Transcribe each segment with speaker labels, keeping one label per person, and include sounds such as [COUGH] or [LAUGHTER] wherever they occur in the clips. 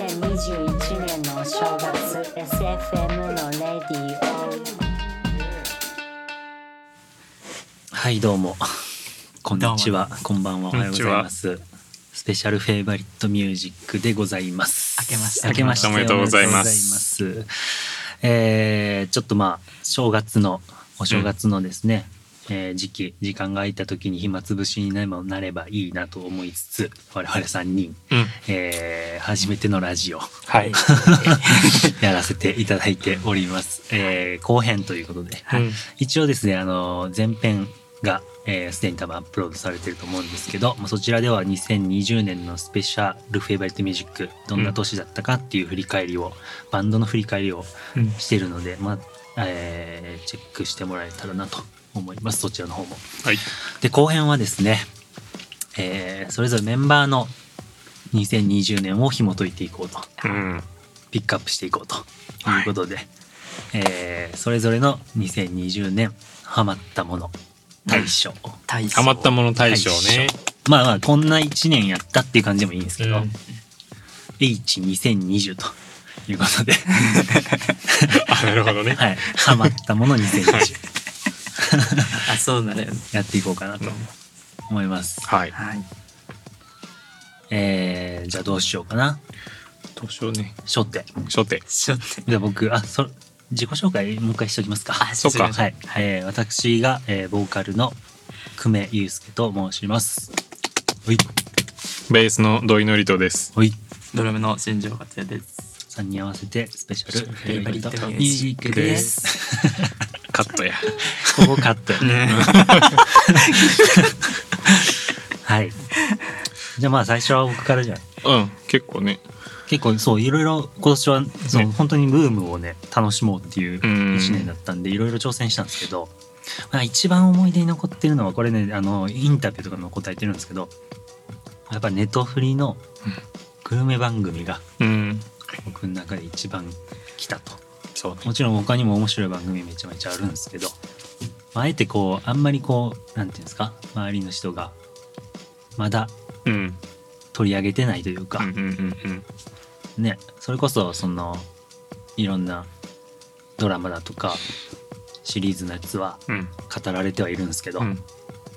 Speaker 1: 2021年のお正月 SFM のレディ
Speaker 2: はいどう
Speaker 3: [LAUGHS]
Speaker 2: もこんにちはこんばんはおはようございますスペシャルフェイバリットミュージックでございます
Speaker 4: 明けまして
Speaker 2: 明けまして
Speaker 3: おめでとうございます
Speaker 2: おめでとうございますえーちょっとまあ正月のお正月のですね、えー時期時間が空いた時に暇つぶしになればなればいいなと思いつつ我々3人、
Speaker 3: うん
Speaker 2: えー初めてのラジオ [LAUGHS]
Speaker 4: はい。
Speaker 2: やらせていただいております、えー後編ということで、
Speaker 3: うん
Speaker 2: 一応ですねあの前編がすで、えー既に多分アップロードされてると思うんですけど、まあ、そちらでは2020年のスペシャルフェイバリットミュージックどんな年だったかっていう振り返りを、バンドの振り返りを
Speaker 3: うん
Speaker 2: してるので、まあえーチェックしてもらえたらなと思いますそちらの方も。
Speaker 3: はい。
Speaker 2: で後編はですね、えーそれぞれメンバーの2020年を紐解いていこうと
Speaker 3: うん。
Speaker 2: ピックアップしていこうということで、えーそれぞれの2020年ハマったもの大賞、
Speaker 4: 大将
Speaker 3: ハマったもの大賞ね。
Speaker 2: まあまあこんな1年やったっていう感じでもいいんですけど、
Speaker 3: うん
Speaker 2: H2020 ということで、
Speaker 3: あ、なるほどね。
Speaker 2: はい、ハマったもの2020
Speaker 4: あ、そうなのよね。
Speaker 2: やっていこうかなと思います、
Speaker 3: はい。
Speaker 4: はい。
Speaker 2: えーじゃあどうしようかな
Speaker 3: 図書ね。
Speaker 2: 初手
Speaker 3: 初手。
Speaker 4: ちょっと。
Speaker 2: じゃあ僕あそ自己紹介もう一回しておきますか
Speaker 4: あ、
Speaker 3: そっか
Speaker 4: 失
Speaker 2: はい、えー私が、えーボーカルの久米祐介と申します。おい、
Speaker 3: ベースの土井のりとです。
Speaker 2: おい、
Speaker 4: 礼ドラムの新庄克也です。
Speaker 2: 三人合わせてスペシャルフェイバリット
Speaker 4: フェイバリット
Speaker 2: ミュ
Speaker 4: ミュ
Speaker 2: ー
Speaker 4: ー
Speaker 2: ジ
Speaker 4: ジ
Speaker 2: ック
Speaker 4: ッ
Speaker 3: ク
Speaker 2: で。
Speaker 3: ですカットや。
Speaker 2: ここカット。
Speaker 4: [LAUGHS] ね。
Speaker 2: はい。じゃあまあ最初は僕からじゃん。
Speaker 3: うん。結構ね。
Speaker 2: 結構そういろいろ今年はその
Speaker 3: ね
Speaker 2: 本当にブームをね楽しもうっていう
Speaker 3: うん
Speaker 2: 1年だったんでいろいろ挑戦したんですけど、まあ、一番思い出に残ってるのはこれねあのインタビューとかにも答えてるんですけどやっぱネトフリの
Speaker 3: うん
Speaker 2: グルメ番組が
Speaker 3: うん。
Speaker 2: 僕の中で一番来たと
Speaker 3: そうね。
Speaker 2: もちろん他にも面白い番組めちゃめちゃあるんですけど、まああえてこうあんまりこうなんていうんですか周りの人がまだ
Speaker 3: うん。
Speaker 2: 取り上げてないというか
Speaker 3: うん、うんうん
Speaker 2: ねそれこそそのいろんなドラマだとかシリーズのやつは
Speaker 3: うん。うん。
Speaker 2: 語られてはいるんですけど、
Speaker 3: うん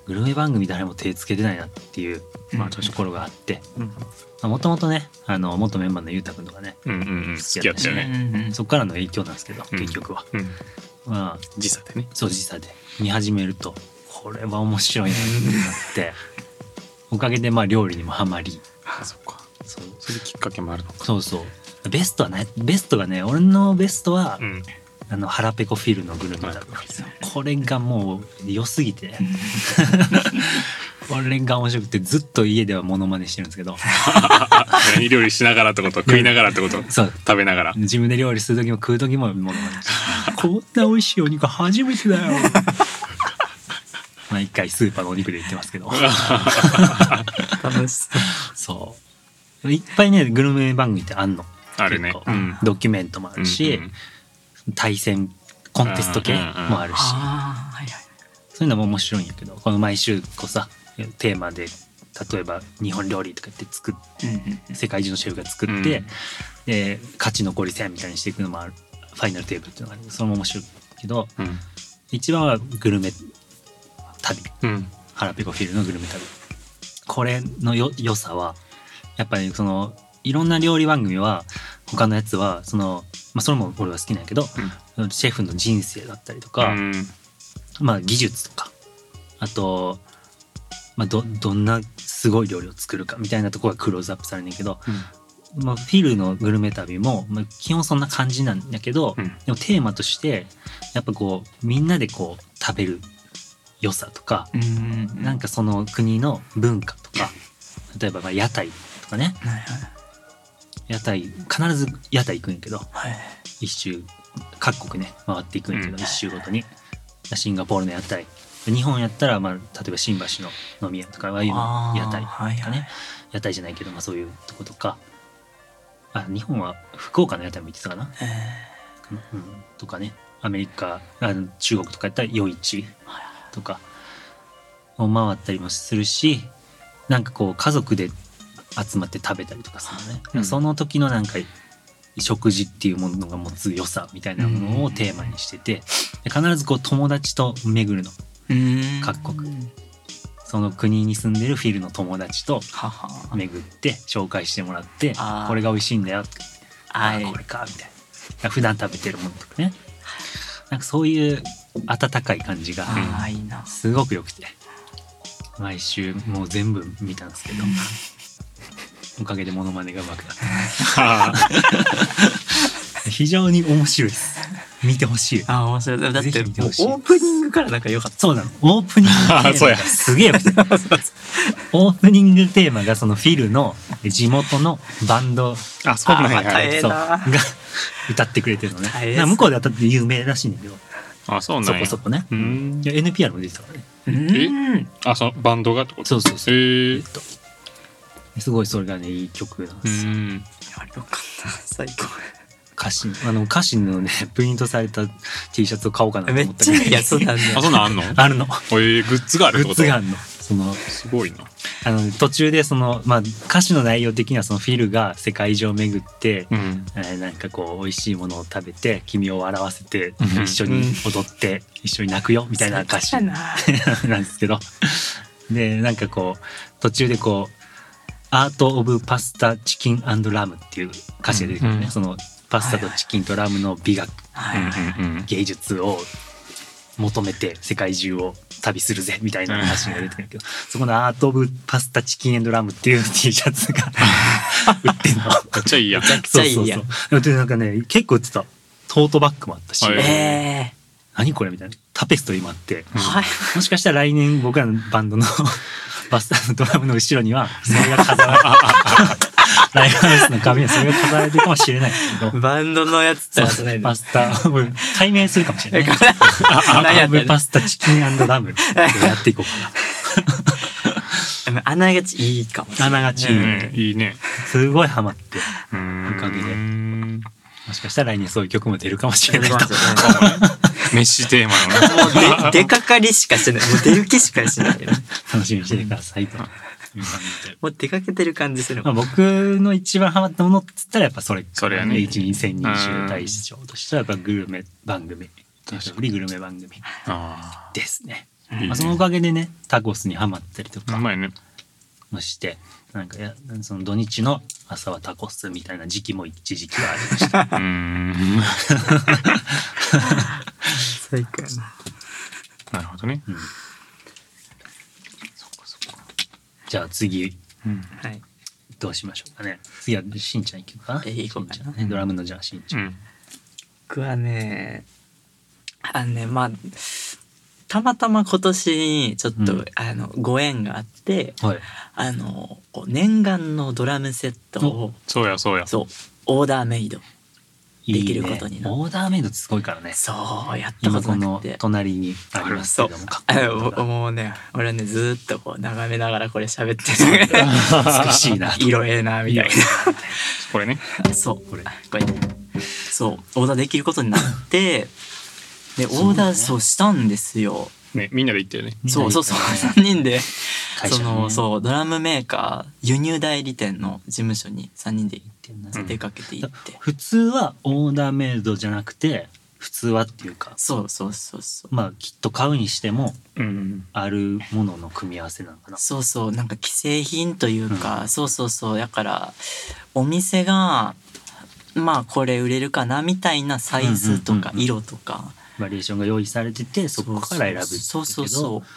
Speaker 2: グルメ番組誰も手つけてないなっていう、まあ、
Speaker 4: うん
Speaker 2: ところがあって
Speaker 4: うん
Speaker 2: もともとねあの元メンバーのゆうたくんとかね
Speaker 3: うんうん。好きやったよね。
Speaker 4: うん
Speaker 2: そこからの影響なんですけど、
Speaker 3: うん
Speaker 2: 結局は、
Speaker 3: うん。
Speaker 2: まあ、
Speaker 3: 時差でね。
Speaker 2: そう時差で見始めるとこれは面白いなってなって [LAUGHS] おかげでまあ料理にもハマり
Speaker 3: あ、そっか。
Speaker 2: そう
Speaker 3: それきっかけもあるのか。
Speaker 2: そうそうベストはねベストがね俺のベストは、
Speaker 3: うん。
Speaker 2: あの腹ペコフィルのグルメだったんですよこれがもう良すぎ [LAUGHS] てこれが面白くてずっと家ではモノマネしてるんです [LAUGHS] けど
Speaker 3: 何料理しながらってこと、食いながらってこと、
Speaker 2: そう
Speaker 3: 食べながら。
Speaker 2: 自分で料理する時も食う時もモノマネしてるこんな美味しいお肉初めてだ [LAUGHS] よ毎回スーパーのお肉で言ってますけど
Speaker 4: 楽しそう。
Speaker 2: そういっぱいねグルメ番組ってあんの
Speaker 3: あるね
Speaker 2: 結。構
Speaker 3: うん。
Speaker 2: ドキュメントもあるし、
Speaker 3: うんうん
Speaker 2: 対戦コンテスト系もあるし
Speaker 4: ああ、はいはい。
Speaker 2: そういうのも面白いんやけどこの毎週こうさテーマで例えば日本料理とか言って作っ世界中のシェフが作って、
Speaker 3: うん
Speaker 2: で勝ち残り戦みたいにしていくのもあるファイナルテーブルっていうのがあるそれも面白いけど
Speaker 3: うん。
Speaker 2: 一番はグルメ旅
Speaker 3: うん。
Speaker 2: 腹ペコフィルのグルメ旅これのよ良さはやっぱりそのいろんな料理番組は他のやつはその、まあ、それも俺は好きなんやけど、シェフの人生だったりとか、
Speaker 3: うん
Speaker 2: まあ技術とかあと、まあ、どどんなすごい料理を作るかみたいなところがクローズアップされんねんけど、まあ、フィルのグルメ旅も、まあ、基本そんな感じなんだけど、
Speaker 3: うん
Speaker 2: でもテーマとしてやっぱこうみんなでこう食べる良さとか、
Speaker 4: うん
Speaker 2: なんか
Speaker 4: か、
Speaker 2: その国の文化とか例えばまあ屋台とかね
Speaker 4: はい
Speaker 2: 屋台必ず屋台行くんやけど
Speaker 4: はい。はい。
Speaker 2: 一周各国ね回っていくんやけど、
Speaker 3: うん
Speaker 2: 一周ごとにシンガポールの屋台日本やったら、まあ、例えば新橋の飲み屋とかああいう
Speaker 4: あー
Speaker 2: 屋台
Speaker 4: はい
Speaker 2: とか
Speaker 4: は
Speaker 2: ね
Speaker 4: い。
Speaker 2: 屋台じゃないけど、まあ、そういうとことかあ日本は福岡の屋台も行ってたかな、
Speaker 4: えー
Speaker 2: かなうん、とかねアメリカあの中国とかやったら夜市とかを回ったりもするしなんかこう家族で集まって食べたりとかするのね、
Speaker 3: うん
Speaker 2: その時のなんか食事っていうものが持つ良さみたいなものをテーマにしててで必ずこう友達と巡るの
Speaker 4: うん
Speaker 2: 各国その国に住んでるフィルの友達と
Speaker 4: はは
Speaker 2: 巡って紹介してもらって
Speaker 4: あー
Speaker 2: これが美味しいんだよって
Speaker 4: はい
Speaker 2: あこれかみたいな普段食べてるものとかねなんかそういう温かい感じが
Speaker 4: あーいいな
Speaker 2: すごく良くて毎週もう全部見たんですけどおかげでモノマネがうまくなった
Speaker 3: [LAUGHS]
Speaker 2: 非常に面白いです見てほしい
Speaker 4: あー面白いだっ
Speaker 2: ぜ
Speaker 4: て
Speaker 2: ひ見てほしい
Speaker 4: もうオープニングからなんか良かっ
Speaker 2: そうなのオープニングテーマ
Speaker 3: あそうや
Speaker 2: がすげえ良くて
Speaker 4: た
Speaker 2: [LAUGHS] オープニングテーマがそのフィルの地元のバンド
Speaker 3: あそうなん
Speaker 4: あま
Speaker 3: や
Speaker 4: たええ
Speaker 2: そう
Speaker 4: な
Speaker 2: が歌ってくれてるのね
Speaker 4: 大変っす
Speaker 2: なんか向こうではだって有名らしいんだけど
Speaker 3: あそう
Speaker 2: そ
Speaker 3: なん
Speaker 2: こ
Speaker 3: や
Speaker 2: そこね
Speaker 3: うーん
Speaker 2: いや NPR も出てたからね
Speaker 4: うん
Speaker 3: あそのバンドがってこと
Speaker 2: そうそうそう
Speaker 3: へ
Speaker 2: え
Speaker 3: ー
Speaker 2: っとすごいそれがねいい曲なん
Speaker 3: う
Speaker 2: ですよ
Speaker 3: ーん
Speaker 4: あよかった最高
Speaker 2: 歌詞あの歌詞のね [LAUGHS] プリントされた T シャツを買おうかなと
Speaker 4: め
Speaker 2: 思
Speaker 4: っ
Speaker 2: った
Speaker 4: ちゃいいやつなんだ
Speaker 3: あそんなんあ
Speaker 2: [LAUGHS]
Speaker 3: んのえ
Speaker 2: あるの
Speaker 3: ーグッズがある
Speaker 2: グ
Speaker 3: ってこ
Speaker 2: ッ
Speaker 3: と
Speaker 2: ズがあるのその
Speaker 3: すごいな
Speaker 2: あの途中でその、まあ、歌詞の内容的にはそのフィルが世界中を巡って、
Speaker 3: うん
Speaker 2: えーなんかこう美味しいものを食べて君を笑わせて
Speaker 3: うん
Speaker 2: 一緒に踊って、一緒に泣くよみたいな歌詞
Speaker 4: そう
Speaker 2: [LAUGHS] な
Speaker 4: だなん
Speaker 2: ですけどでなんかこう途中でこう「アート・オブ・パスタ・チキン・アンド・ラム」っていう歌詞が出てくるね、
Speaker 3: うん
Speaker 2: そのパスタとチキンとラムの美学、
Speaker 4: はいはいはい
Speaker 3: うんうん
Speaker 2: 芸術を求めて世界中を旅するぜみたいな話が出てくるけ
Speaker 3: [LAUGHS]
Speaker 2: ど、そこのアート・オブ・パスタ・チキン・エンド・ラムっていう T シャツが売ってんの。
Speaker 3: [LAUGHS] めっちゃいいやん
Speaker 4: めちゃくちゃいいやん
Speaker 2: そうそうそうでなんかね結構売ってたトートバッグもあったし、
Speaker 3: はい
Speaker 4: え
Speaker 2: 何これみたいなタペストリーもあって、
Speaker 4: ーはい
Speaker 2: もしかしたら来年僕らのバンドの [LAUGHS] バスターのドラムの後ろにはそれが飾ら
Speaker 4: [LAUGHS]
Speaker 2: れライブハウスの壁にはそれが飾られてるかもしれないけど。
Speaker 4: バンドのやつってやつ [LAUGHS] ないの
Speaker 2: パスタ、解明するかもしれない。
Speaker 4: [LAUGHS] 何や
Speaker 2: ラ
Speaker 4: っ
Speaker 2: ブ
Speaker 4: た
Speaker 2: パスタチキンラムやっていこう
Speaker 4: のあながちいいかもし
Speaker 2: かな。
Speaker 4: れ
Speaker 2: あ
Speaker 4: な
Speaker 2: なが
Speaker 4: い
Speaker 2: ち
Speaker 3: いいねいいね
Speaker 2: すごいハマって、
Speaker 3: うーん
Speaker 2: おかげでもしかしたら来年そういう曲も出るかもしれないと。
Speaker 3: 飯テーマのね
Speaker 4: もうで出かかりしかしてないもう出る気しかしてないよね
Speaker 2: 楽しみにしててくださいという感じで。
Speaker 4: もう出かけてる感じする
Speaker 2: ま
Speaker 4: も
Speaker 2: あ、
Speaker 4: ん
Speaker 2: 僕の一番ハマったものっつったらやっぱそれ
Speaker 3: それやね
Speaker 2: 12020大賞としてはやっぱグルメ番組
Speaker 3: 確か
Speaker 2: グルメ番組
Speaker 3: あ
Speaker 2: ですね。
Speaker 3: あい
Speaker 2: ま
Speaker 3: いね
Speaker 2: あ、そのおかげでねタコスにハマったりと
Speaker 3: う
Speaker 2: か
Speaker 3: まいね
Speaker 2: もしてなんかやその土日の朝はタコスみたいな時期も一時期はありま
Speaker 4: [LAUGHS]
Speaker 2: した。
Speaker 3: うーん
Speaker 4: 最高やな
Speaker 3: なるほどね
Speaker 2: うんじゃあ次
Speaker 3: うん
Speaker 4: はい
Speaker 2: どうしましょうかね。次はしんちゃん行くかな。
Speaker 4: え行こうかな
Speaker 2: しんちゃんねドラムのじゃあしんち
Speaker 3: う
Speaker 2: ゃん。
Speaker 3: ん
Speaker 4: 僕はねあのねまあたまたま今年ちょっと、
Speaker 2: うん
Speaker 4: あのご縁があって
Speaker 2: はい。
Speaker 4: あのこう念願のドラムセットを
Speaker 3: そうやそうや
Speaker 4: そうオーダーメイド
Speaker 2: いいね
Speaker 4: できることになる
Speaker 2: オーダーメイドってすごいからね。
Speaker 4: そうやった
Speaker 2: 今
Speaker 4: こと
Speaker 2: こ
Speaker 4: な
Speaker 2: の
Speaker 4: くて
Speaker 2: 隣にあります
Speaker 4: そ
Speaker 2: け
Speaker 4: う
Speaker 2: ども。か
Speaker 4: あ
Speaker 2: っこいい
Speaker 4: の
Speaker 2: の
Speaker 4: も
Speaker 2: が
Speaker 4: もうね俺はねずーっとこう眺めながらこれ
Speaker 2: [LAUGHS]
Speaker 4: 喋ってる [LAUGHS]
Speaker 2: 美しいな。
Speaker 4: 色ええなみたい
Speaker 3: これね
Speaker 4: なそう
Speaker 2: これ
Speaker 4: これそうオーダーできることに
Speaker 2: [LAUGHS]
Speaker 4: なってでオ
Speaker 2: そうだね
Speaker 4: ーダーそうしたんですよ
Speaker 3: ねみんなで言ったよね
Speaker 4: そうそうそう
Speaker 2: み
Speaker 4: 3人で
Speaker 2: 会社
Speaker 4: そ
Speaker 2: にね
Speaker 4: のそうドラムメーカー輸入代理店の事務所に3人で行って
Speaker 2: んな
Speaker 4: 出かけて行って、
Speaker 2: 普通はオーダーメイドじゃなくて普通はっていうか
Speaker 4: そうそうそうそう
Speaker 2: まあきっと買うにしても
Speaker 3: うん
Speaker 2: あるものの組み合わせなのかな。
Speaker 4: そうそうなんか既製品というか、そうそうそうだからお店がまあこれ売れるかなみたいなサイズ
Speaker 2: う
Speaker 4: とか
Speaker 2: んうんうんうん
Speaker 4: 色とか、
Speaker 2: バリエーションが用意されててそこから選ぶんだけど。
Speaker 4: そうそうそう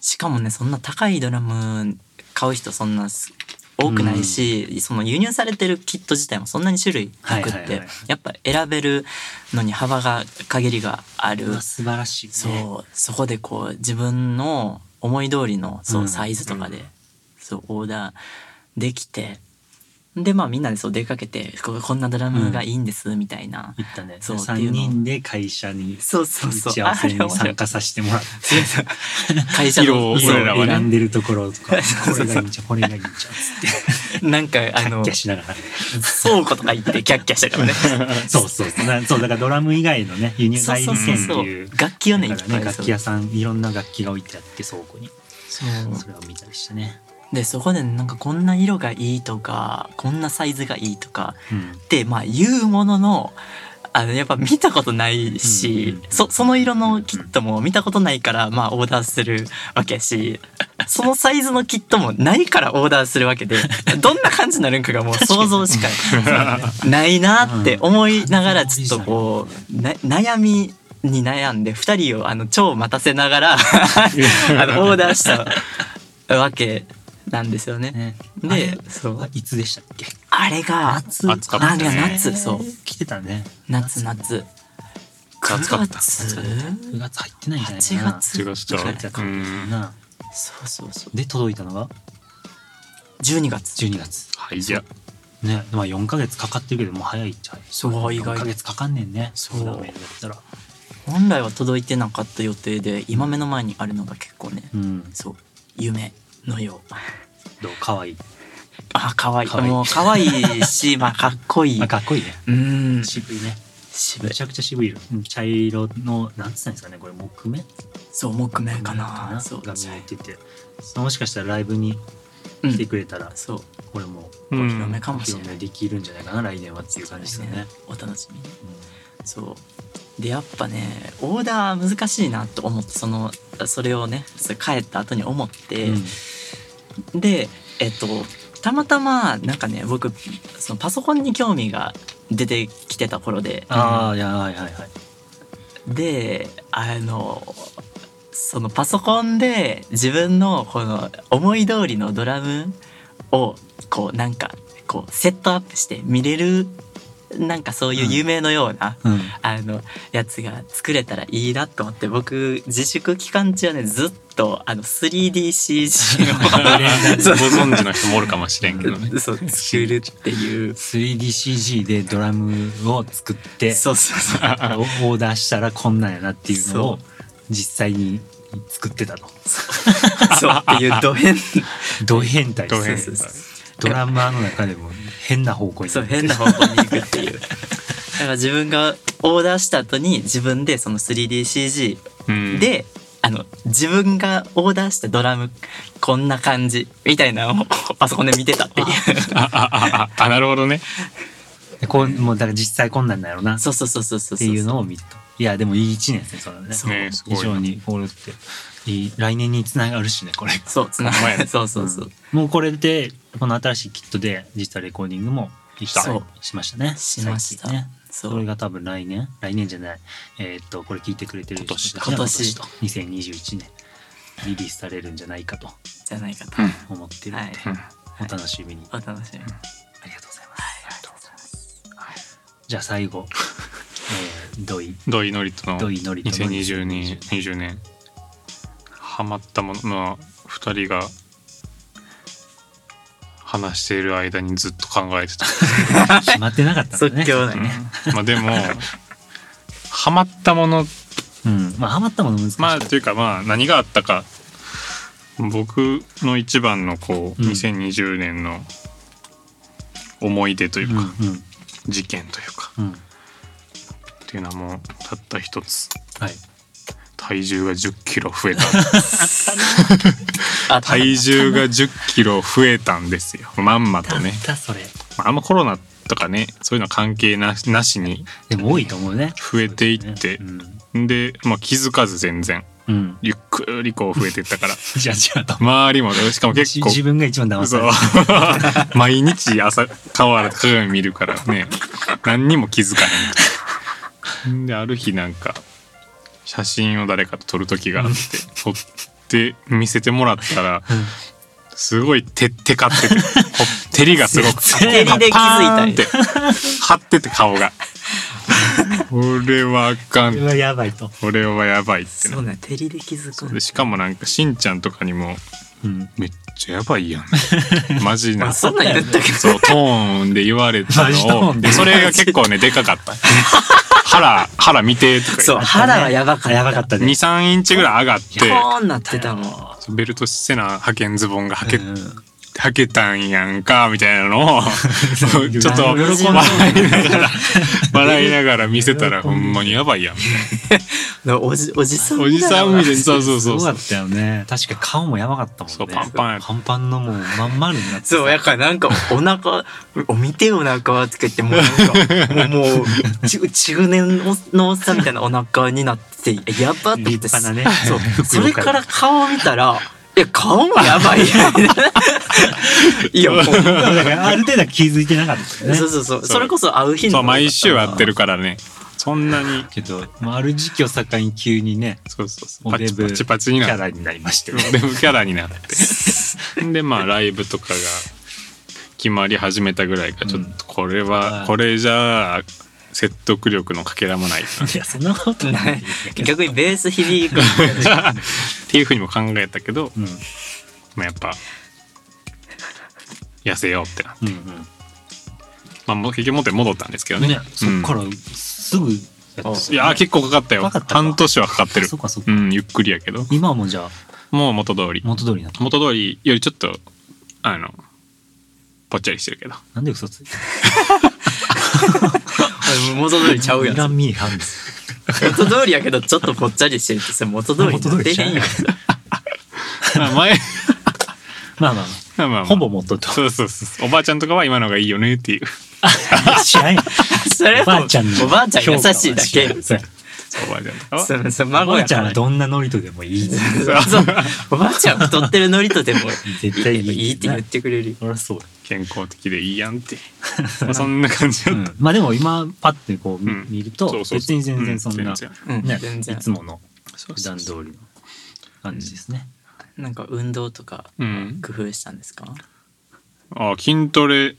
Speaker 4: しかもねそんな高いドラム買う人そんなす多くないし、その輸入されてるキット自体もそんなに種類なくっ
Speaker 2: はいは
Speaker 4: て、
Speaker 2: いはいはい
Speaker 4: やっぱ選べるのに幅が限りがある
Speaker 2: うわ素晴らしいね。
Speaker 4: そうそこでこう自分の思い通りのそううんサイズとかで、そうオーダーできてでまあみんなでそう出かけてここんなドラムがいいんですみたいな、
Speaker 2: 行ったね。
Speaker 4: そうっていう
Speaker 2: 3
Speaker 4: の
Speaker 2: 人で会社に
Speaker 4: そうそうそう
Speaker 2: 打ち合わせ
Speaker 4: あれ面
Speaker 2: に
Speaker 4: 白い
Speaker 2: 参加させてもらって
Speaker 4: 会社
Speaker 3: 色
Speaker 4: の
Speaker 3: を
Speaker 4: そう
Speaker 3: 俺らはね
Speaker 2: 選んでるところとか
Speaker 4: そう
Speaker 2: [LAUGHS] こ
Speaker 4: そうそう
Speaker 2: れがいいんちゃうこれがいいんちゃうっつって
Speaker 4: [LAUGHS] なんかあの
Speaker 2: キャッしながら
Speaker 4: 倉庫とか行 [LAUGHS] ってキャッキャしたからね [LAUGHS]
Speaker 2: そうそうそうなそうだからドラム以外のね輸入代理店っていう
Speaker 4: 楽器をねい
Speaker 2: だ
Speaker 4: っ
Speaker 2: から
Speaker 4: ぱ
Speaker 2: ね
Speaker 4: い
Speaker 2: 楽器屋さんいろんな楽器が置いてあって倉庫に
Speaker 4: そう
Speaker 2: それを見たりしてね
Speaker 4: でそこでなんかこんな色がいいとかこんなサイズがいいとか
Speaker 2: うん
Speaker 4: ってまあ言うもののあのやっぱ見たことないし、
Speaker 2: うん
Speaker 4: そその色のキットも見たことないからまあオーダーするわけ
Speaker 2: [LAUGHS]
Speaker 4: やしそのサイズのキットもないからオーダーするわけで
Speaker 2: [LAUGHS]
Speaker 4: どんな感じになるんかがもう想像しかないなって思いながらちょっとこうな悩みに悩んで2人をあの超待たせ
Speaker 2: [LAUGHS]
Speaker 4: ながらあのオーダーしたわけなんですよね。
Speaker 2: ね
Speaker 4: で
Speaker 2: あれ
Speaker 4: そう
Speaker 2: あいつでしたっけ
Speaker 4: あれが
Speaker 2: 夏
Speaker 3: 暑かったね
Speaker 4: あれが夏そう
Speaker 2: 来てたね
Speaker 4: 夏夏9
Speaker 3: 暑かった
Speaker 4: 月
Speaker 2: 9月入ってないんじゃないか
Speaker 4: 8
Speaker 2: な
Speaker 4: 月
Speaker 3: 違う
Speaker 2: 8月
Speaker 3: 違
Speaker 2: だった
Speaker 3: ううん
Speaker 2: な
Speaker 4: そうそうそう
Speaker 2: で届いたのが
Speaker 4: 12月
Speaker 2: 12月
Speaker 3: はいじゃ
Speaker 2: ねまあ4ヶ月かかってるけどもう早いっちゃ早い
Speaker 4: そう意
Speaker 2: 4ヶ
Speaker 4: 外
Speaker 2: 月かかんねんね
Speaker 4: そう
Speaker 2: ラーメンだったら
Speaker 4: 本来は届いてなかった予定で今目の前にあるのが結構ね、
Speaker 2: うん
Speaker 4: そう夢のよう
Speaker 2: どう可愛い
Speaker 4: あ可愛い
Speaker 2: 可愛い
Speaker 4: もう可愛い
Speaker 2: [LAUGHS]
Speaker 4: しまあかっこいい
Speaker 2: あかっこいいね
Speaker 4: うん
Speaker 2: 渋いね
Speaker 4: 渋
Speaker 2: め
Speaker 4: い
Speaker 2: ちゃくちゃ渋い色うん茶色のなんつったんですかねこれ木目
Speaker 4: そう木目かなそう
Speaker 2: が見えててもしかしたらライブに
Speaker 4: うん
Speaker 2: 来てくれたら、
Speaker 4: そう
Speaker 2: これも
Speaker 3: あうん
Speaker 4: 広めか
Speaker 2: お
Speaker 4: も
Speaker 2: 披
Speaker 4: しれ
Speaker 2: 露
Speaker 4: ない
Speaker 2: 目できるんじゃないかな来年はっていう感じですよね。
Speaker 4: お楽しみにそうでやっぱねオーダー難しいなと思ってそのそれをねそれ帰った後に思って、でえっとたまたまなんかね僕そのパソコンに興味が出てきてた頃で
Speaker 2: ああいやはいはいはい。
Speaker 4: であのそのパソコンで自分のこの思い通りのドラムをこうなんかこうセットアップして見れるなんかそういう夢のような、
Speaker 2: うん
Speaker 4: あのやつが作れたらいいなと思って僕自粛期間中はねずっとあの
Speaker 2: [LAUGHS]
Speaker 3: [LAUGHS] あ
Speaker 4: 3DCG を
Speaker 3: ご
Speaker 4: そう
Speaker 3: 存知の人もおるかもしれんけどね
Speaker 4: [LAUGHS] そう作るっていう
Speaker 2: 3DCG でドラムを作って
Speaker 4: そうそうそう
Speaker 2: オーダーしたらこんなんやなっていうのを
Speaker 4: そ
Speaker 2: 実際に作ってたと。
Speaker 4: そうっていうド変
Speaker 2: ド変態
Speaker 3: ド変
Speaker 2: ですねドラマーの中でも変な方向に
Speaker 4: [LAUGHS] そう変な方向に行くっていうだから自分がオーダーした後に自分でその 3DCG
Speaker 3: うん
Speaker 4: で、あの自分がオーダーしたドラムこんな感じみたいなのをパソコンで見てたっていう
Speaker 3: あああああなるほどね
Speaker 2: こうもうだから実際こんなんだろうなっ
Speaker 4: そうそうそうそうそう
Speaker 2: ていうのを見た。いやでもいい1年ですねそれはね。
Speaker 4: そう
Speaker 3: ねすご
Speaker 2: 非
Speaker 3: い
Speaker 2: 常にこれっていい来年につながるしねこれ。
Speaker 4: そうつな
Speaker 3: ほんまやね
Speaker 4: [LAUGHS] そうそうそう、
Speaker 2: もうこれでこの新しいキットで実際レコーディングもし
Speaker 4: そう
Speaker 2: しましたね。
Speaker 4: しました、
Speaker 2: 最近ね。
Speaker 4: そ
Speaker 2: そうれが多分来年来年じゃないえーっとこれ聞いてくれてる人たちは
Speaker 4: 今年
Speaker 2: 今年と2021年リリースされるんじゃないかと
Speaker 4: じゃないかと、
Speaker 3: うん
Speaker 2: 思ってる
Speaker 4: は
Speaker 2: の
Speaker 4: い
Speaker 2: で、
Speaker 3: うん
Speaker 2: お楽しみに、
Speaker 4: お楽
Speaker 2: ありが
Speaker 4: しみに
Speaker 2: とうございます。じゃあ最後、えー、ドイ
Speaker 3: 土井典人の
Speaker 2: 土井典人の
Speaker 3: 2020年20年ハマったものまあ2人が話している間にずっと考え [LAUGHS] てた、
Speaker 2: 決まってなかったんだ
Speaker 4: 即
Speaker 2: ね。
Speaker 4: 興だ
Speaker 3: う
Speaker 4: ね、
Speaker 3: んまあでもハマったもの
Speaker 2: うん。まあハマったもの難しい。
Speaker 3: まあというかまあ何があったか僕の一番のこう
Speaker 2: うん
Speaker 3: 2020年の思い出といううんか、
Speaker 2: うん
Speaker 3: 事件というか
Speaker 2: うん
Speaker 3: っていうのはもうたった一つ
Speaker 2: はい。
Speaker 3: 体重が1 0キロ増えた
Speaker 4: あ
Speaker 3: 体重が1 0キロ増えたんですよ [LAUGHS] まんま
Speaker 2: だ
Speaker 3: と
Speaker 2: っ
Speaker 3: ね
Speaker 2: たそれ。
Speaker 3: まああんまコロナとかねそういうのは関係なしなしに
Speaker 2: でも多いと思うね。
Speaker 3: 増えていって、
Speaker 2: うん。
Speaker 3: で、まあ、気づかず全然
Speaker 2: うん
Speaker 3: ゆっくりこう増えていったから
Speaker 2: じゃあじゃあと。
Speaker 3: 周りもしかも結
Speaker 2: じ
Speaker 3: 構
Speaker 2: 自分が一番騙され
Speaker 3: そう
Speaker 2: た。
Speaker 3: [LAUGHS] 毎日朝顔洗って鏡見るからね何にも気づかないんである日なんか写真を誰かと撮る時があって撮って見せてもらったらすごい手手かっててほ照りがす
Speaker 4: [LAUGHS]
Speaker 3: ごく
Speaker 4: 照りで気づいたんや
Speaker 3: パーンって張ってて顔がこれはあか
Speaker 2: これ
Speaker 3: ん
Speaker 2: はやばいと。
Speaker 3: これはやばいって
Speaker 4: そ
Speaker 3: な
Speaker 4: うね照りで気づくん
Speaker 3: でしかもなんかしんちゃんとかにも
Speaker 2: うん。
Speaker 3: めっちゃやばい
Speaker 4: [LAUGHS]
Speaker 3: やんマジな
Speaker 4: あそんなん言ったっけ
Speaker 3: [LAUGHS]
Speaker 4: ど
Speaker 3: そうトーンで言われた
Speaker 2: マジト
Speaker 3: の
Speaker 2: ー
Speaker 3: を
Speaker 2: ンで
Speaker 3: でそれが結構ねでかかった [LAUGHS] 腹腹見てとか
Speaker 4: そう肌はやばかった
Speaker 2: やばかったね。
Speaker 3: 23インチぐらい上がって
Speaker 4: こうなってたもん
Speaker 3: そうベルトしてな派遣ズボンがはけ
Speaker 2: うん
Speaker 3: はけたんやんかみたいなのをちょっと
Speaker 4: 喜んで
Speaker 3: 笑い
Speaker 4: る
Speaker 3: ながら笑いながら見せたらほんまにやばいやんみ
Speaker 4: なおじおじさ
Speaker 3: たい
Speaker 4: ん
Speaker 3: なおじさんみたいにそうそう
Speaker 2: す
Speaker 3: そう
Speaker 2: ご
Speaker 3: そ
Speaker 2: か
Speaker 3: う
Speaker 2: ったよね確か顔もやばかったもんね
Speaker 3: そうパンパンやった
Speaker 2: パンパンのもうまん丸になってさ
Speaker 4: そうやからなんかお腹お見てお腹とか言ってもうなんかもうもうち中年のおっさんみたいなお腹になっててやばっと思って
Speaker 2: 立派なね
Speaker 4: そうそれ
Speaker 2: 袋
Speaker 4: か
Speaker 2: から
Speaker 4: ら顔見たらいや顔もやばい [LAUGHS] やんいやもう
Speaker 2: だからある程度は気づいてなかったよね
Speaker 4: そうそうそうそれこそ会う日
Speaker 3: そう
Speaker 4: に
Speaker 3: 毎週会ってるからねそんなに
Speaker 2: けど、まあ、ある時期を境に急にね
Speaker 3: そうそうそう
Speaker 2: お
Speaker 3: パ
Speaker 2: デ
Speaker 3: チ
Speaker 2: ブ
Speaker 3: パチパチにな
Speaker 2: キ
Speaker 3: っ
Speaker 2: ャラになりましてて
Speaker 3: お [LAUGHS] デブキャラに
Speaker 2: [LAUGHS]
Speaker 3: なってでまあライブとかが決まり始めたぐらいかちょっとこれは、
Speaker 2: うん
Speaker 3: これじゃあ説得力のかけらもないなっ
Speaker 2: いやそんなこと [LAUGHS] ない
Speaker 4: 逆にベース響く
Speaker 3: ていうふうにも考えたけど、
Speaker 2: うん
Speaker 3: まあ、やっぱ痩せようってな、
Speaker 2: うんうん
Speaker 3: まあ、もう結局元に戻ったんですけどね
Speaker 2: ね、そっか
Speaker 3: うん
Speaker 2: らすぐや
Speaker 4: [LAUGHS]
Speaker 2: ったし
Speaker 3: いやー結構かかったよ
Speaker 2: かかったか
Speaker 3: 半年はかかってる
Speaker 2: そっかそっ
Speaker 3: う
Speaker 2: か
Speaker 3: んゆっくりやけど
Speaker 2: 今はもうじゃあ
Speaker 3: もう元通り
Speaker 2: 元通りになった
Speaker 3: 元通りよりちょっとあのぽっちゃりしてるけど [LAUGHS]
Speaker 2: なんで嘘ついて
Speaker 4: 元通りちゃうや
Speaker 2: いら
Speaker 4: ん
Speaker 2: んミーハンです
Speaker 4: 元通りやけどちょっとぽっちゃりしてるってそれ元通りになってへんやん
Speaker 3: まあ前 [LAUGHS]
Speaker 2: まあまあ
Speaker 3: まあまあま
Speaker 2: ま
Speaker 3: あ
Speaker 2: あほぼ元と
Speaker 3: そうそうそうおばあちゃんとかは今のがいいよねっていう [LAUGHS]
Speaker 2: 知らんよ
Speaker 4: [LAUGHS] それは
Speaker 2: おばあちゃんの
Speaker 4: おばあちゃん優しいだ
Speaker 2: 評価
Speaker 4: け
Speaker 2: は知らん
Speaker 3: おばあちゃんとかは
Speaker 4: そうそう
Speaker 2: おば
Speaker 4: 孫
Speaker 2: あ
Speaker 4: や
Speaker 2: ちゃ
Speaker 4: か
Speaker 2: んは
Speaker 4: ら
Speaker 2: どんなノリとでもいい
Speaker 4: そうおばあちゃん太ってるノリとでも
Speaker 2: 絶対いい
Speaker 4: いいって言ってくれるよ
Speaker 2: そりゃそうだ
Speaker 3: 健康的でいいやんって
Speaker 2: [LAUGHS]
Speaker 3: まあそんな感じだった、
Speaker 2: まあでも今パッてこう見
Speaker 3: うん
Speaker 2: 見ると
Speaker 3: そうそう
Speaker 2: 別
Speaker 3: そう
Speaker 2: に全然そん
Speaker 3: う
Speaker 2: な
Speaker 3: 全
Speaker 4: うん
Speaker 2: ね
Speaker 4: 全
Speaker 2: い
Speaker 4: 然
Speaker 2: つもの
Speaker 3: そう
Speaker 2: 普
Speaker 3: そう
Speaker 2: 段通りの感じですね
Speaker 4: なんか運動とか
Speaker 3: うん
Speaker 4: 工夫したんですか
Speaker 3: あ筋トレ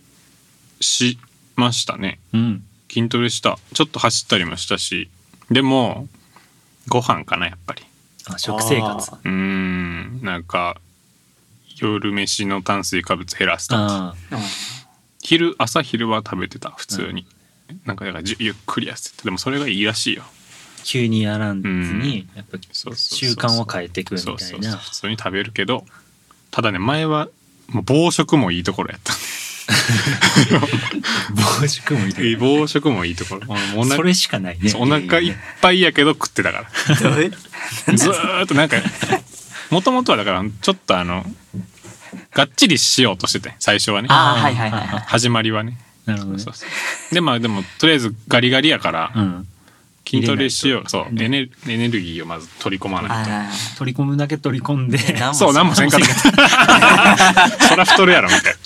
Speaker 3: しましたね
Speaker 2: うん
Speaker 3: 筋トレしたちょっと走ったりもしたしでもご飯かなやっぱり
Speaker 2: あ食生活
Speaker 4: あ
Speaker 3: うーんなんか夜飯の炭水化物減らすとか
Speaker 2: あ
Speaker 4: ーうん
Speaker 3: 昼朝昼は食べてた普通に、なんかだからじゅゆっくり痩せてたでもそれがいいらしいよ
Speaker 2: ー急にやらんずにやっぱ
Speaker 3: そうそうそう
Speaker 2: 習慣を変えていくみた
Speaker 3: そうそ
Speaker 2: いう [LAUGHS]
Speaker 3: そう
Speaker 2: な
Speaker 3: 普通に食べるけどただね前はもう暴食もいいところやった
Speaker 2: 暴食もいる
Speaker 3: [LAUGHS] 暴食もいいとこ
Speaker 2: [LAUGHS]
Speaker 3: ろお
Speaker 2: そ
Speaker 3: 腹
Speaker 2: れしかないね
Speaker 3: そうお腹いっぱいやけど食って
Speaker 2: [LAUGHS]
Speaker 3: たから
Speaker 4: どういう
Speaker 3: ずーっとなんかもともとはだからちょっとあのがっちりしようとしてて最初はね
Speaker 4: あーはいはいはいはい
Speaker 3: 始まりはね
Speaker 2: なるほどね
Speaker 3: そうそうでまあでもとりあえずガリガリやから
Speaker 2: うん
Speaker 3: 筋トレしようそうエネエネルギーをまず取り込まない
Speaker 4: あ
Speaker 2: 取り込むだけ取り込んで
Speaker 4: ー
Speaker 3: とそう何もせんかった [LAUGHS] そら太るやろみたいな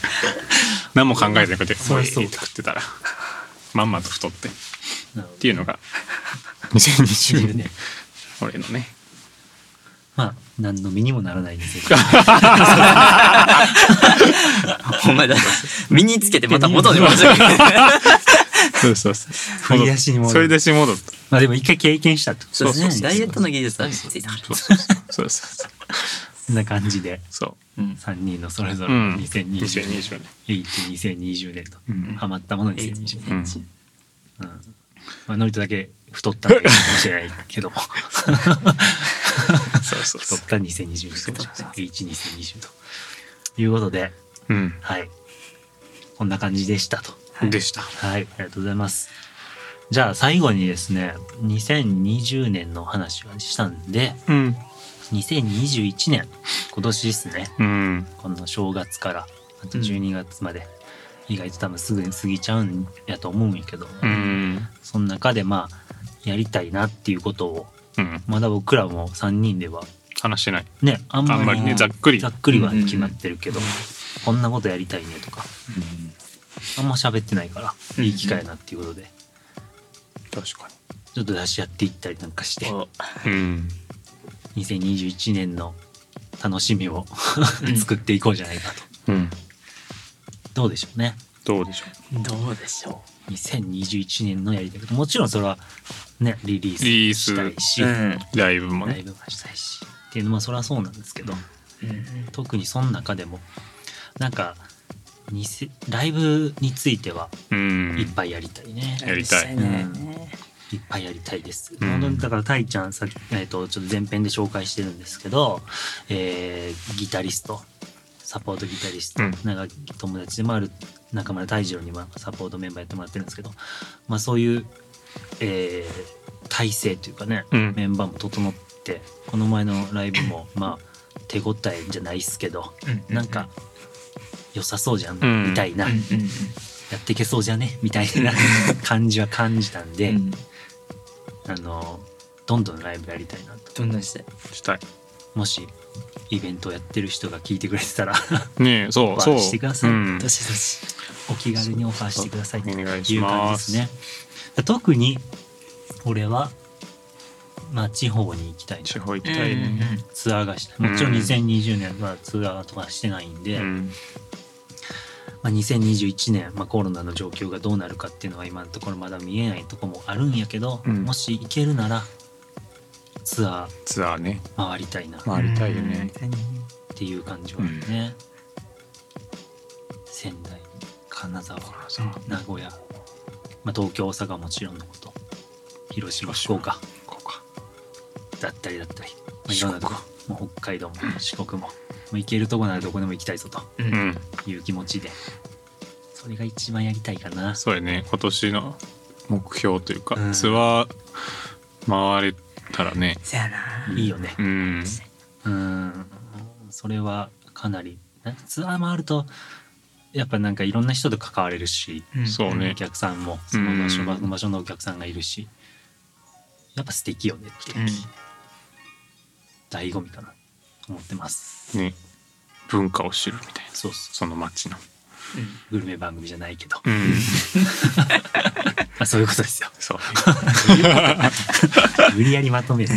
Speaker 3: 何も考えてなくて
Speaker 2: そ
Speaker 3: お
Speaker 2: ら
Speaker 3: い
Speaker 2: そう
Speaker 3: 食ってたらまんまと太ってっ
Speaker 2: なるほど
Speaker 3: ていうのが2020
Speaker 2: 20
Speaker 3: [LAUGHS] 年
Speaker 2: 年
Speaker 3: 俺のね
Speaker 2: まあ何の身にもならないんですけど
Speaker 4: ほんまだ身につけてまた元に戻る
Speaker 3: そうそうそう
Speaker 2: 振り出しに戻る
Speaker 3: 振り出しに戻った
Speaker 2: まあでも一回経験したってこと
Speaker 4: そう
Speaker 2: で
Speaker 4: です
Speaker 2: す
Speaker 4: ね
Speaker 2: ね
Speaker 4: ダイエットの技術はついたから
Speaker 3: そうそうそうそうそう
Speaker 2: そんな感じで
Speaker 3: そう
Speaker 4: うん
Speaker 2: 3人のそれぞ
Speaker 3: う
Speaker 2: れ
Speaker 3: ん
Speaker 2: 2020年
Speaker 3: 2020年
Speaker 2: 2020年と
Speaker 3: うん
Speaker 2: ハマったもの2020年
Speaker 3: うん
Speaker 2: うんまあノリトだけ太ったのかもしれないけ
Speaker 3: [LAUGHS]
Speaker 2: ども
Speaker 3: そうそう
Speaker 2: 太
Speaker 3: そ
Speaker 2: った2020年と H2020 ということで
Speaker 3: ううん
Speaker 2: はいこんな感じでしたと
Speaker 4: はい
Speaker 3: でした
Speaker 2: はい、ありがとうございます。じゃあ最後にですね、2020年の話はしたんで、
Speaker 3: うん
Speaker 2: 2021年、今年ですね、
Speaker 3: うん
Speaker 2: この正月から、あと
Speaker 4: うん
Speaker 2: 12月まで、意外と多分すぐに過ぎちゃうんやと思うんやけど、
Speaker 3: うん
Speaker 2: その中でまあ、やりたいなっていうことを、
Speaker 3: うん
Speaker 2: まだ僕らも3人では、
Speaker 3: 話してない
Speaker 2: ね、あんまり
Speaker 3: あんまりねざっくり
Speaker 2: ざっくりは決まってるけど、こんなことやりたいねとか、あんま喋ってないから、いい機会やなっていうことで。
Speaker 3: 確か
Speaker 2: ちょっと出し合っていったりなんかして
Speaker 4: お
Speaker 3: にうん
Speaker 2: 2021年の楽しみを [LAUGHS] 作っていこうじゃないかと、
Speaker 3: うん
Speaker 2: どうでしょうね
Speaker 3: どうでしょ
Speaker 4: どうでしょ
Speaker 2: 2021年のやりたいこともちろんそれはねリリ
Speaker 3: リリー
Speaker 2: ー
Speaker 3: ス
Speaker 2: スしたいし、
Speaker 4: ううん
Speaker 3: うライブも
Speaker 2: ライ
Speaker 3: ね
Speaker 2: ブもしたいしっていうのはそれはそうなんですけど
Speaker 4: うん
Speaker 2: 特にその中でもなんかにせライブについては
Speaker 3: う
Speaker 2: いっ
Speaker 3: ん
Speaker 2: ぱいやりたいね、
Speaker 3: やりたい
Speaker 4: ね
Speaker 2: いっぱいやりたいです。
Speaker 3: うん
Speaker 2: 本当にだからたいちゃんさっき、えー、とちょっと前編で紹介してるんですけど、えーギタリストサポートギタリスト、
Speaker 3: うん
Speaker 2: 長き友達でもある中村泰次郎にはサポートメンバーやってもらってるんですけど、まあ、そういう、えー体制というかね、
Speaker 3: うん
Speaker 2: メンバーも整ってこの前のライブもまあ手応えじゃないっすけど、
Speaker 4: うん
Speaker 2: なんか良さそうじゃん、
Speaker 3: うん
Speaker 2: みたいな、
Speaker 4: うんうん
Speaker 2: やっていけそうじゃねみたいな感じは感じたんで、
Speaker 4: うん
Speaker 2: あのどんどんライブやりたいなと
Speaker 4: どんどんして
Speaker 3: したい
Speaker 2: もしイベントをやってる人が聞いてくれてたら
Speaker 3: ねえ [LAUGHS] そ
Speaker 2: フ
Speaker 3: う
Speaker 2: ァ
Speaker 3: そ
Speaker 2: ン
Speaker 3: う
Speaker 2: してください
Speaker 3: うん
Speaker 4: どしどし
Speaker 2: お気軽にオファーしてくださいと
Speaker 3: お願い
Speaker 2: い
Speaker 3: し
Speaker 2: う感
Speaker 3: ま
Speaker 2: じ
Speaker 3: す
Speaker 2: ですね特に俺は、まあ、地方に行きたいな
Speaker 3: 地方行きたい
Speaker 4: うん
Speaker 3: ね
Speaker 2: ツアーがしたいもちろん
Speaker 3: うん
Speaker 2: 2020年はツアーとかしてないんで、
Speaker 3: うん
Speaker 2: まあ、2021年、まあ、コロナの状況がどうなるかっていうのは今のところまだ見えないとこもあるんやけど、
Speaker 3: うん
Speaker 2: もし行けるならツアー
Speaker 3: ツアーね
Speaker 2: 回りたいなっ
Speaker 3: 回りたいよ
Speaker 4: うん
Speaker 3: ね
Speaker 2: ていう感じはあるね、仙台金沢
Speaker 3: 沢
Speaker 2: 名古屋、まあ、東京大阪はもちろんのこと広島福岡
Speaker 3: こうか
Speaker 2: だったりだったり、まあ、い
Speaker 3: 四
Speaker 2: ろん
Speaker 3: 国
Speaker 2: なとこもう北海道も四国ももう行けるとこならどこでも行きたいぞと
Speaker 4: う
Speaker 3: うんん
Speaker 2: いう気持ちでそれが一番やりたいかな
Speaker 3: そうやね今年の目標というか、
Speaker 2: うん
Speaker 3: ツアー回れたらね
Speaker 4: そやない
Speaker 2: いよね
Speaker 3: うん
Speaker 2: うんそれはかなりなんかツアー回るとやっぱなんかいろんな人と関われるし、
Speaker 4: ん
Speaker 3: そうね
Speaker 2: お客さんもその場所
Speaker 3: うん
Speaker 2: 場場所のお客さんがいるしやっぱ素敵よねって
Speaker 4: うん
Speaker 2: 醍醐味かなと思ってます
Speaker 3: ね文化を知るみたいな
Speaker 2: そうっす
Speaker 3: その街の
Speaker 2: グルメ番組じゃないけど、 [LAUGHS]
Speaker 3: う
Speaker 2: ま
Speaker 3: ん
Speaker 2: あそういうことですよ
Speaker 3: そう
Speaker 2: 無理やりまとめる [LAUGHS]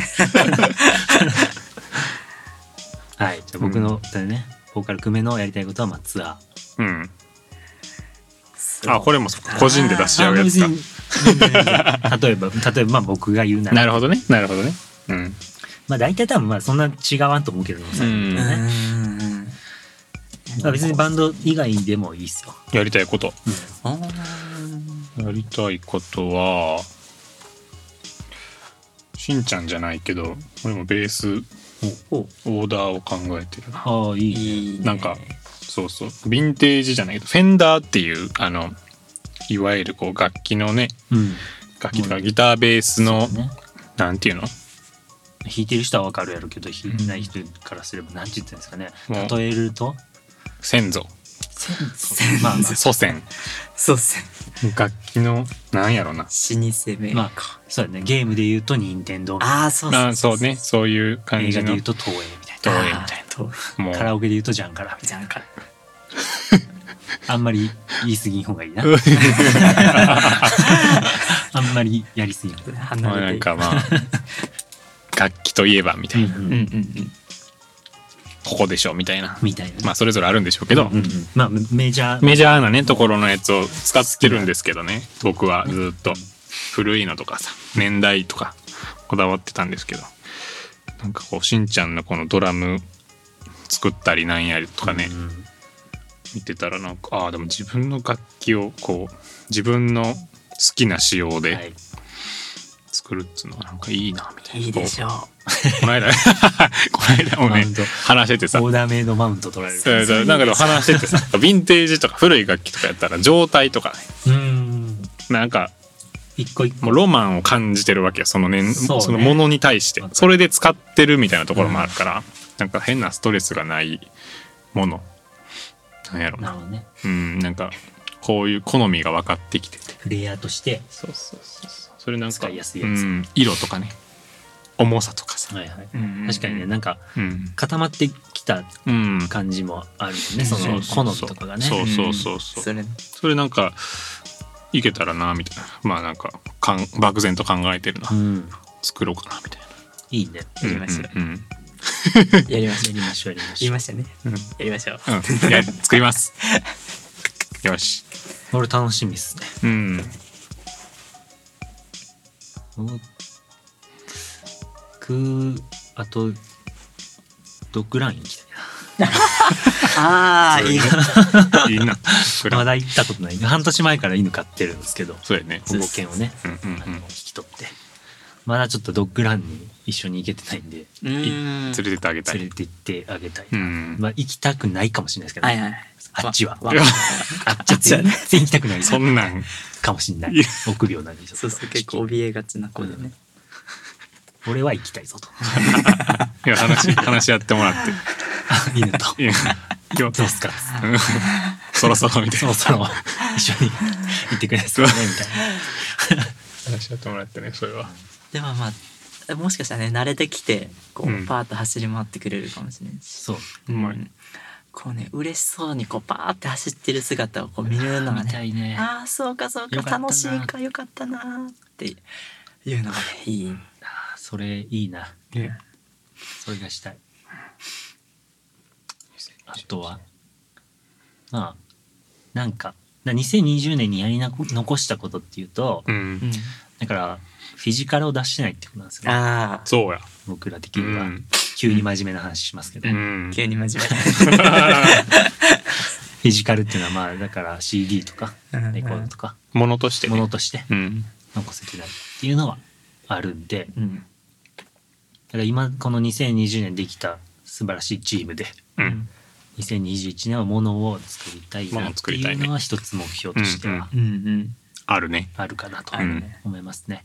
Speaker 2: はいじゃあ僕の、ねボーカル久米のやりたいことはまあツアー
Speaker 3: うん
Speaker 4: そう
Speaker 3: あこれもそっか個人で出し合うやつ
Speaker 2: あ
Speaker 3: か
Speaker 2: 別に [LAUGHS] 例えば例えばまあ僕が言うなら
Speaker 3: なるほどねなるほどねうん
Speaker 2: まあ大体多分まあそんな違わんと思うけどもさ、
Speaker 3: うん
Speaker 4: うんうんうん
Speaker 2: まあ、別にバンド以外でもいいっすよ、
Speaker 3: やりたいこと
Speaker 4: あー
Speaker 3: やりたいことはしんちゃんじゃないけど俺もベース
Speaker 4: お
Speaker 3: オーダーを考えてるな
Speaker 2: ああいい
Speaker 4: いいね
Speaker 3: なんかそうそうヴィンテージじゃないけどフェンダーっていうあのいわゆるこう楽器のね
Speaker 2: うん
Speaker 3: 楽器とかギターベースの、
Speaker 2: ね
Speaker 3: なんていうの
Speaker 2: 弾いてる人はわかるやろうけど弾いてない人からすれば何て言ってんですかね、
Speaker 3: うん
Speaker 2: 例えると
Speaker 3: 先祖
Speaker 4: 先 [LAUGHS]
Speaker 2: まあまあ
Speaker 3: 祖先
Speaker 4: そうっすね
Speaker 3: 楽器のなんやろな
Speaker 4: 老舗メーカー、
Speaker 2: まあそうだねゲームで言うと任天堂映
Speaker 4: ああそう
Speaker 3: あそうねそういう
Speaker 2: 画
Speaker 3: 感
Speaker 2: で
Speaker 3: じの
Speaker 2: 言うと東映みたい
Speaker 3: どう
Speaker 4: あ
Speaker 3: や
Speaker 4: ー
Speaker 3: みたい
Speaker 4: と
Speaker 3: もう
Speaker 2: なカラオケで言うとジャンカラみたい
Speaker 4: じゃんか
Speaker 2: なあんまり言い過ぎん方がいいな [LAUGHS] あんまりやりすぎん方がい
Speaker 3: ま
Speaker 4: 離
Speaker 3: あ
Speaker 4: れ
Speaker 3: な
Speaker 4: てい
Speaker 3: ん
Speaker 4: く
Speaker 3: か
Speaker 2: [LAUGHS]
Speaker 3: まあ楽器といえばみた
Speaker 2: い
Speaker 3: い
Speaker 2: な
Speaker 3: な、
Speaker 4: うんうん
Speaker 3: ここでしょみたいな
Speaker 2: みたいなね、
Speaker 3: まあそれぞれあるんでしょうけど、
Speaker 2: うんうんまあメジャー
Speaker 3: メジャーなねところのやつを使ってるんですけどね僕はずっと古いのとかさ年代とかこだわってたんですけどなんかこうしんちゃんのこのドラム作ったりなんやりとかね、
Speaker 2: うん
Speaker 3: 見てたらなんかああでも自分の楽器をこう自分の好きな仕様
Speaker 2: は
Speaker 3: で
Speaker 2: い
Speaker 3: 作るっつうのはなんかいいなみたいな、
Speaker 4: いいでし
Speaker 3: ょ
Speaker 4: ょう
Speaker 3: この間 [LAUGHS] この間も
Speaker 2: マ
Speaker 3: ね
Speaker 2: ウント
Speaker 3: 話しててさ
Speaker 2: オーダーメイドマウント取られ
Speaker 3: そう
Speaker 2: る
Speaker 3: そうなんかでも話しててさヴィンテージとか古い楽器とかやったら状態とかね
Speaker 2: うん
Speaker 3: なんか
Speaker 2: 一個一個
Speaker 3: もうロマンを感じてるわけよそのね
Speaker 2: そう
Speaker 3: そ
Speaker 2: ね
Speaker 3: のものに対してそれで使ってるみたいなところもあるから、なんか変なストレスがないものなんやろ
Speaker 2: な
Speaker 3: な
Speaker 2: るほどね
Speaker 3: うんなんかこういう好みが分かってきてて
Speaker 2: プレイヤーとして
Speaker 3: そうそうそうそれなんか
Speaker 2: 使いやすいやつ
Speaker 3: うん、色とかね重さとかさ、
Speaker 2: はいはい
Speaker 4: うんうん
Speaker 2: 確かにねなんか
Speaker 3: うん
Speaker 2: 固まってきた
Speaker 3: うん、
Speaker 2: 感じもあるもんねその好
Speaker 3: そうそう
Speaker 2: み
Speaker 3: そう
Speaker 2: とかがね
Speaker 3: そうそうそう
Speaker 4: うん
Speaker 3: そ
Speaker 4: そうれ
Speaker 3: それなんかいけたらなみたいなまあなんかかん漠然と考えてるな、
Speaker 2: うん
Speaker 3: 作ろうかなみたいない
Speaker 2: いね
Speaker 4: やりましょう
Speaker 3: うんうん
Speaker 4: やりましょ
Speaker 2: や
Speaker 4: う
Speaker 2: りましょうやりま
Speaker 4: 言
Speaker 2: し
Speaker 4: い
Speaker 2: ょう
Speaker 4: ましたね
Speaker 3: うんうん
Speaker 4: やりましょう
Speaker 3: うん、いや作り [LAUGHS] ます。よし。
Speaker 2: 俺楽しみっすね
Speaker 3: うん。
Speaker 2: 僕あとドッグラン行きたい
Speaker 4: ああいいか
Speaker 3: いい [LAUGHS] な。それ
Speaker 2: なまだ行ったことない半年前から犬飼ってるんですけど
Speaker 3: そうやね。
Speaker 2: 保護犬をね
Speaker 3: うんうんう
Speaker 2: あの
Speaker 3: ん
Speaker 2: 引き取ってまだちょっとドッグランに一緒に行けてないんで
Speaker 4: うー
Speaker 3: 連
Speaker 4: ん
Speaker 3: れてってあげた
Speaker 2: 連れ
Speaker 3: い。
Speaker 2: て行ってあげたい、
Speaker 3: うん。
Speaker 2: まあ行きたくないかもしれないですけど、
Speaker 4: はいはい
Speaker 2: あっちは
Speaker 4: わ
Speaker 3: いや
Speaker 4: わ
Speaker 2: あっちは [LAUGHS] 全然行きたくない
Speaker 3: そんなん、
Speaker 2: かもしれない
Speaker 3: いや
Speaker 2: 臆病なんでちょっと
Speaker 4: そうそう結構怯えがちな
Speaker 3: [LAUGHS]
Speaker 4: 子でね、
Speaker 2: 俺は行きたいぞ [LAUGHS] と
Speaker 3: いや [LAUGHS] 話、話し合ってもらっ
Speaker 2: 犬と
Speaker 3: [LAUGHS] て。いや、今日
Speaker 2: どうすかっつって
Speaker 3: うんそろそろみたい
Speaker 2: [LAUGHS] そろ
Speaker 3: な。
Speaker 2: そろ一緒に行ってくれないですかねみたいな
Speaker 3: 話し合ってもらってね、それは。
Speaker 4: でもまあもしかしたらね慣れてきてこ
Speaker 3: うん
Speaker 4: うパーッと走り回ってくれるかもしれないし、
Speaker 2: そう
Speaker 3: うまい。
Speaker 4: こうね嬉しそうにこうパーって走ってる姿をこう見れるのが
Speaker 2: 見た
Speaker 4: ね
Speaker 2: いね
Speaker 4: ああそうかそうか
Speaker 2: よかったな
Speaker 4: 楽しいかよかったなーっていうのがねいい
Speaker 2: それいいな
Speaker 3: ね
Speaker 2: それがしたいあとはまあなんかだ2020年にやりなこ残したことっていうと
Speaker 3: うん。
Speaker 2: だからフィジカルを出してないってことなんですよね
Speaker 4: ああ
Speaker 3: そうや。
Speaker 2: 僕ら的には、
Speaker 3: うん
Speaker 2: 急に真面目な話しますけど、
Speaker 3: う
Speaker 2: フ
Speaker 3: ん。
Speaker 4: 急に真面
Speaker 2: ィジカルっていうのはまあだから CD とか
Speaker 4: うんうん
Speaker 2: レコードとか
Speaker 3: ものとして
Speaker 2: もの
Speaker 3: ね。
Speaker 2: として
Speaker 3: うん。
Speaker 2: 残せてないっていうのはあるんで
Speaker 4: 目うん
Speaker 2: だから今この2020年できた素晴らしいチームで
Speaker 3: うん。
Speaker 2: 2021年はものを作りたいなっていうのは一つ目標としては
Speaker 4: うんうん
Speaker 3: あるね。
Speaker 2: あるかなと
Speaker 4: あるね
Speaker 2: 思いますね。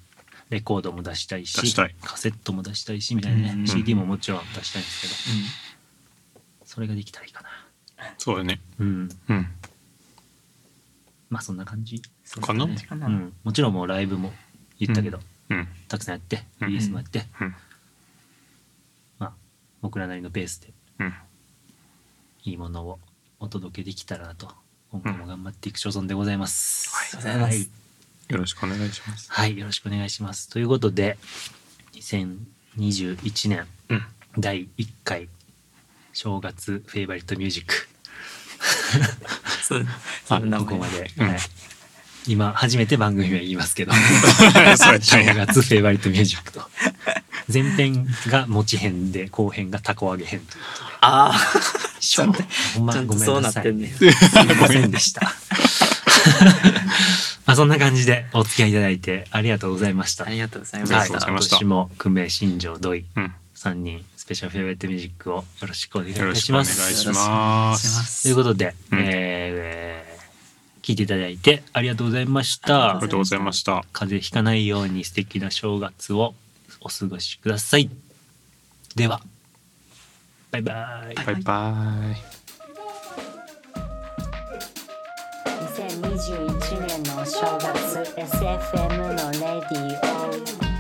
Speaker 2: レコードも出したいし
Speaker 3: 出したい
Speaker 2: カセットも出したいしみたいなね、
Speaker 4: うん
Speaker 2: CD ももちろん出したいんですけどそれができたらいいかな。
Speaker 3: そうだね。
Speaker 2: うん、
Speaker 3: うん。
Speaker 2: まあそんな感じ、
Speaker 3: かな
Speaker 4: うんか
Speaker 2: う
Speaker 4: な、
Speaker 2: ん、もちろんもうライブも言ったけど、
Speaker 3: うん。
Speaker 2: たくさんやって
Speaker 3: うん
Speaker 2: BS もやって、
Speaker 3: うん。
Speaker 2: まあ、僕らなりのペースで
Speaker 3: うん。
Speaker 2: いいものをお届けできたらなと今後も頑張っていく所存でございます。
Speaker 4: ありがとうございます
Speaker 3: よろしくお願いします。
Speaker 2: はい、よろしくお願いします。ということで、2021年
Speaker 3: うん。
Speaker 2: 第1回正月フェイバリットミュージック。
Speaker 4: そう
Speaker 2: あ
Speaker 4: そんな
Speaker 2: こ
Speaker 4: もん
Speaker 2: こまで、
Speaker 3: うん
Speaker 2: はい今、初めて番組は言いますけど、
Speaker 3: そうやったん
Speaker 2: 正
Speaker 3: や。
Speaker 2: 月フェイバリットミュージックと。前編が持ち編で、後編がたこ揚げ編という。
Speaker 4: ああ
Speaker 2: ちょっと、ほんま
Speaker 4: ちゃんと
Speaker 2: ごめ
Speaker 4: そうんな
Speaker 2: な
Speaker 4: っ
Speaker 2: さ
Speaker 4: て
Speaker 2: い
Speaker 4: ん
Speaker 2: ね
Speaker 4: ね。
Speaker 2: すいませんでした。まあそんな感じでお付き合いいただいてありがとうございました。
Speaker 4: [LAUGHS] ありがとうございま
Speaker 3: あ
Speaker 2: は
Speaker 3: り
Speaker 2: い、
Speaker 3: がとうご
Speaker 4: し
Speaker 3: ざ
Speaker 4: た
Speaker 3: い
Speaker 2: 今
Speaker 3: ま
Speaker 2: 年も
Speaker 3: した
Speaker 2: 久米新庄土井
Speaker 3: うん。
Speaker 2: 3人スペシャルフェイバリットミュージックをよろしくお願いい
Speaker 3: よろ
Speaker 2: た
Speaker 3: し
Speaker 2: し
Speaker 3: くお
Speaker 2: ま
Speaker 3: 願い
Speaker 2: す。
Speaker 3: し
Speaker 4: よろしくお
Speaker 3: ま。
Speaker 4: しますす
Speaker 2: ということで、
Speaker 3: うん
Speaker 2: えー聞いていただいてありがとうございました。
Speaker 3: ありがとうございました。
Speaker 2: 風邪ひかないように素敵な正月をお過ごしください。では、バイバイ。
Speaker 3: バイバイ。
Speaker 1: 2021年のお正月 SFM のレディオ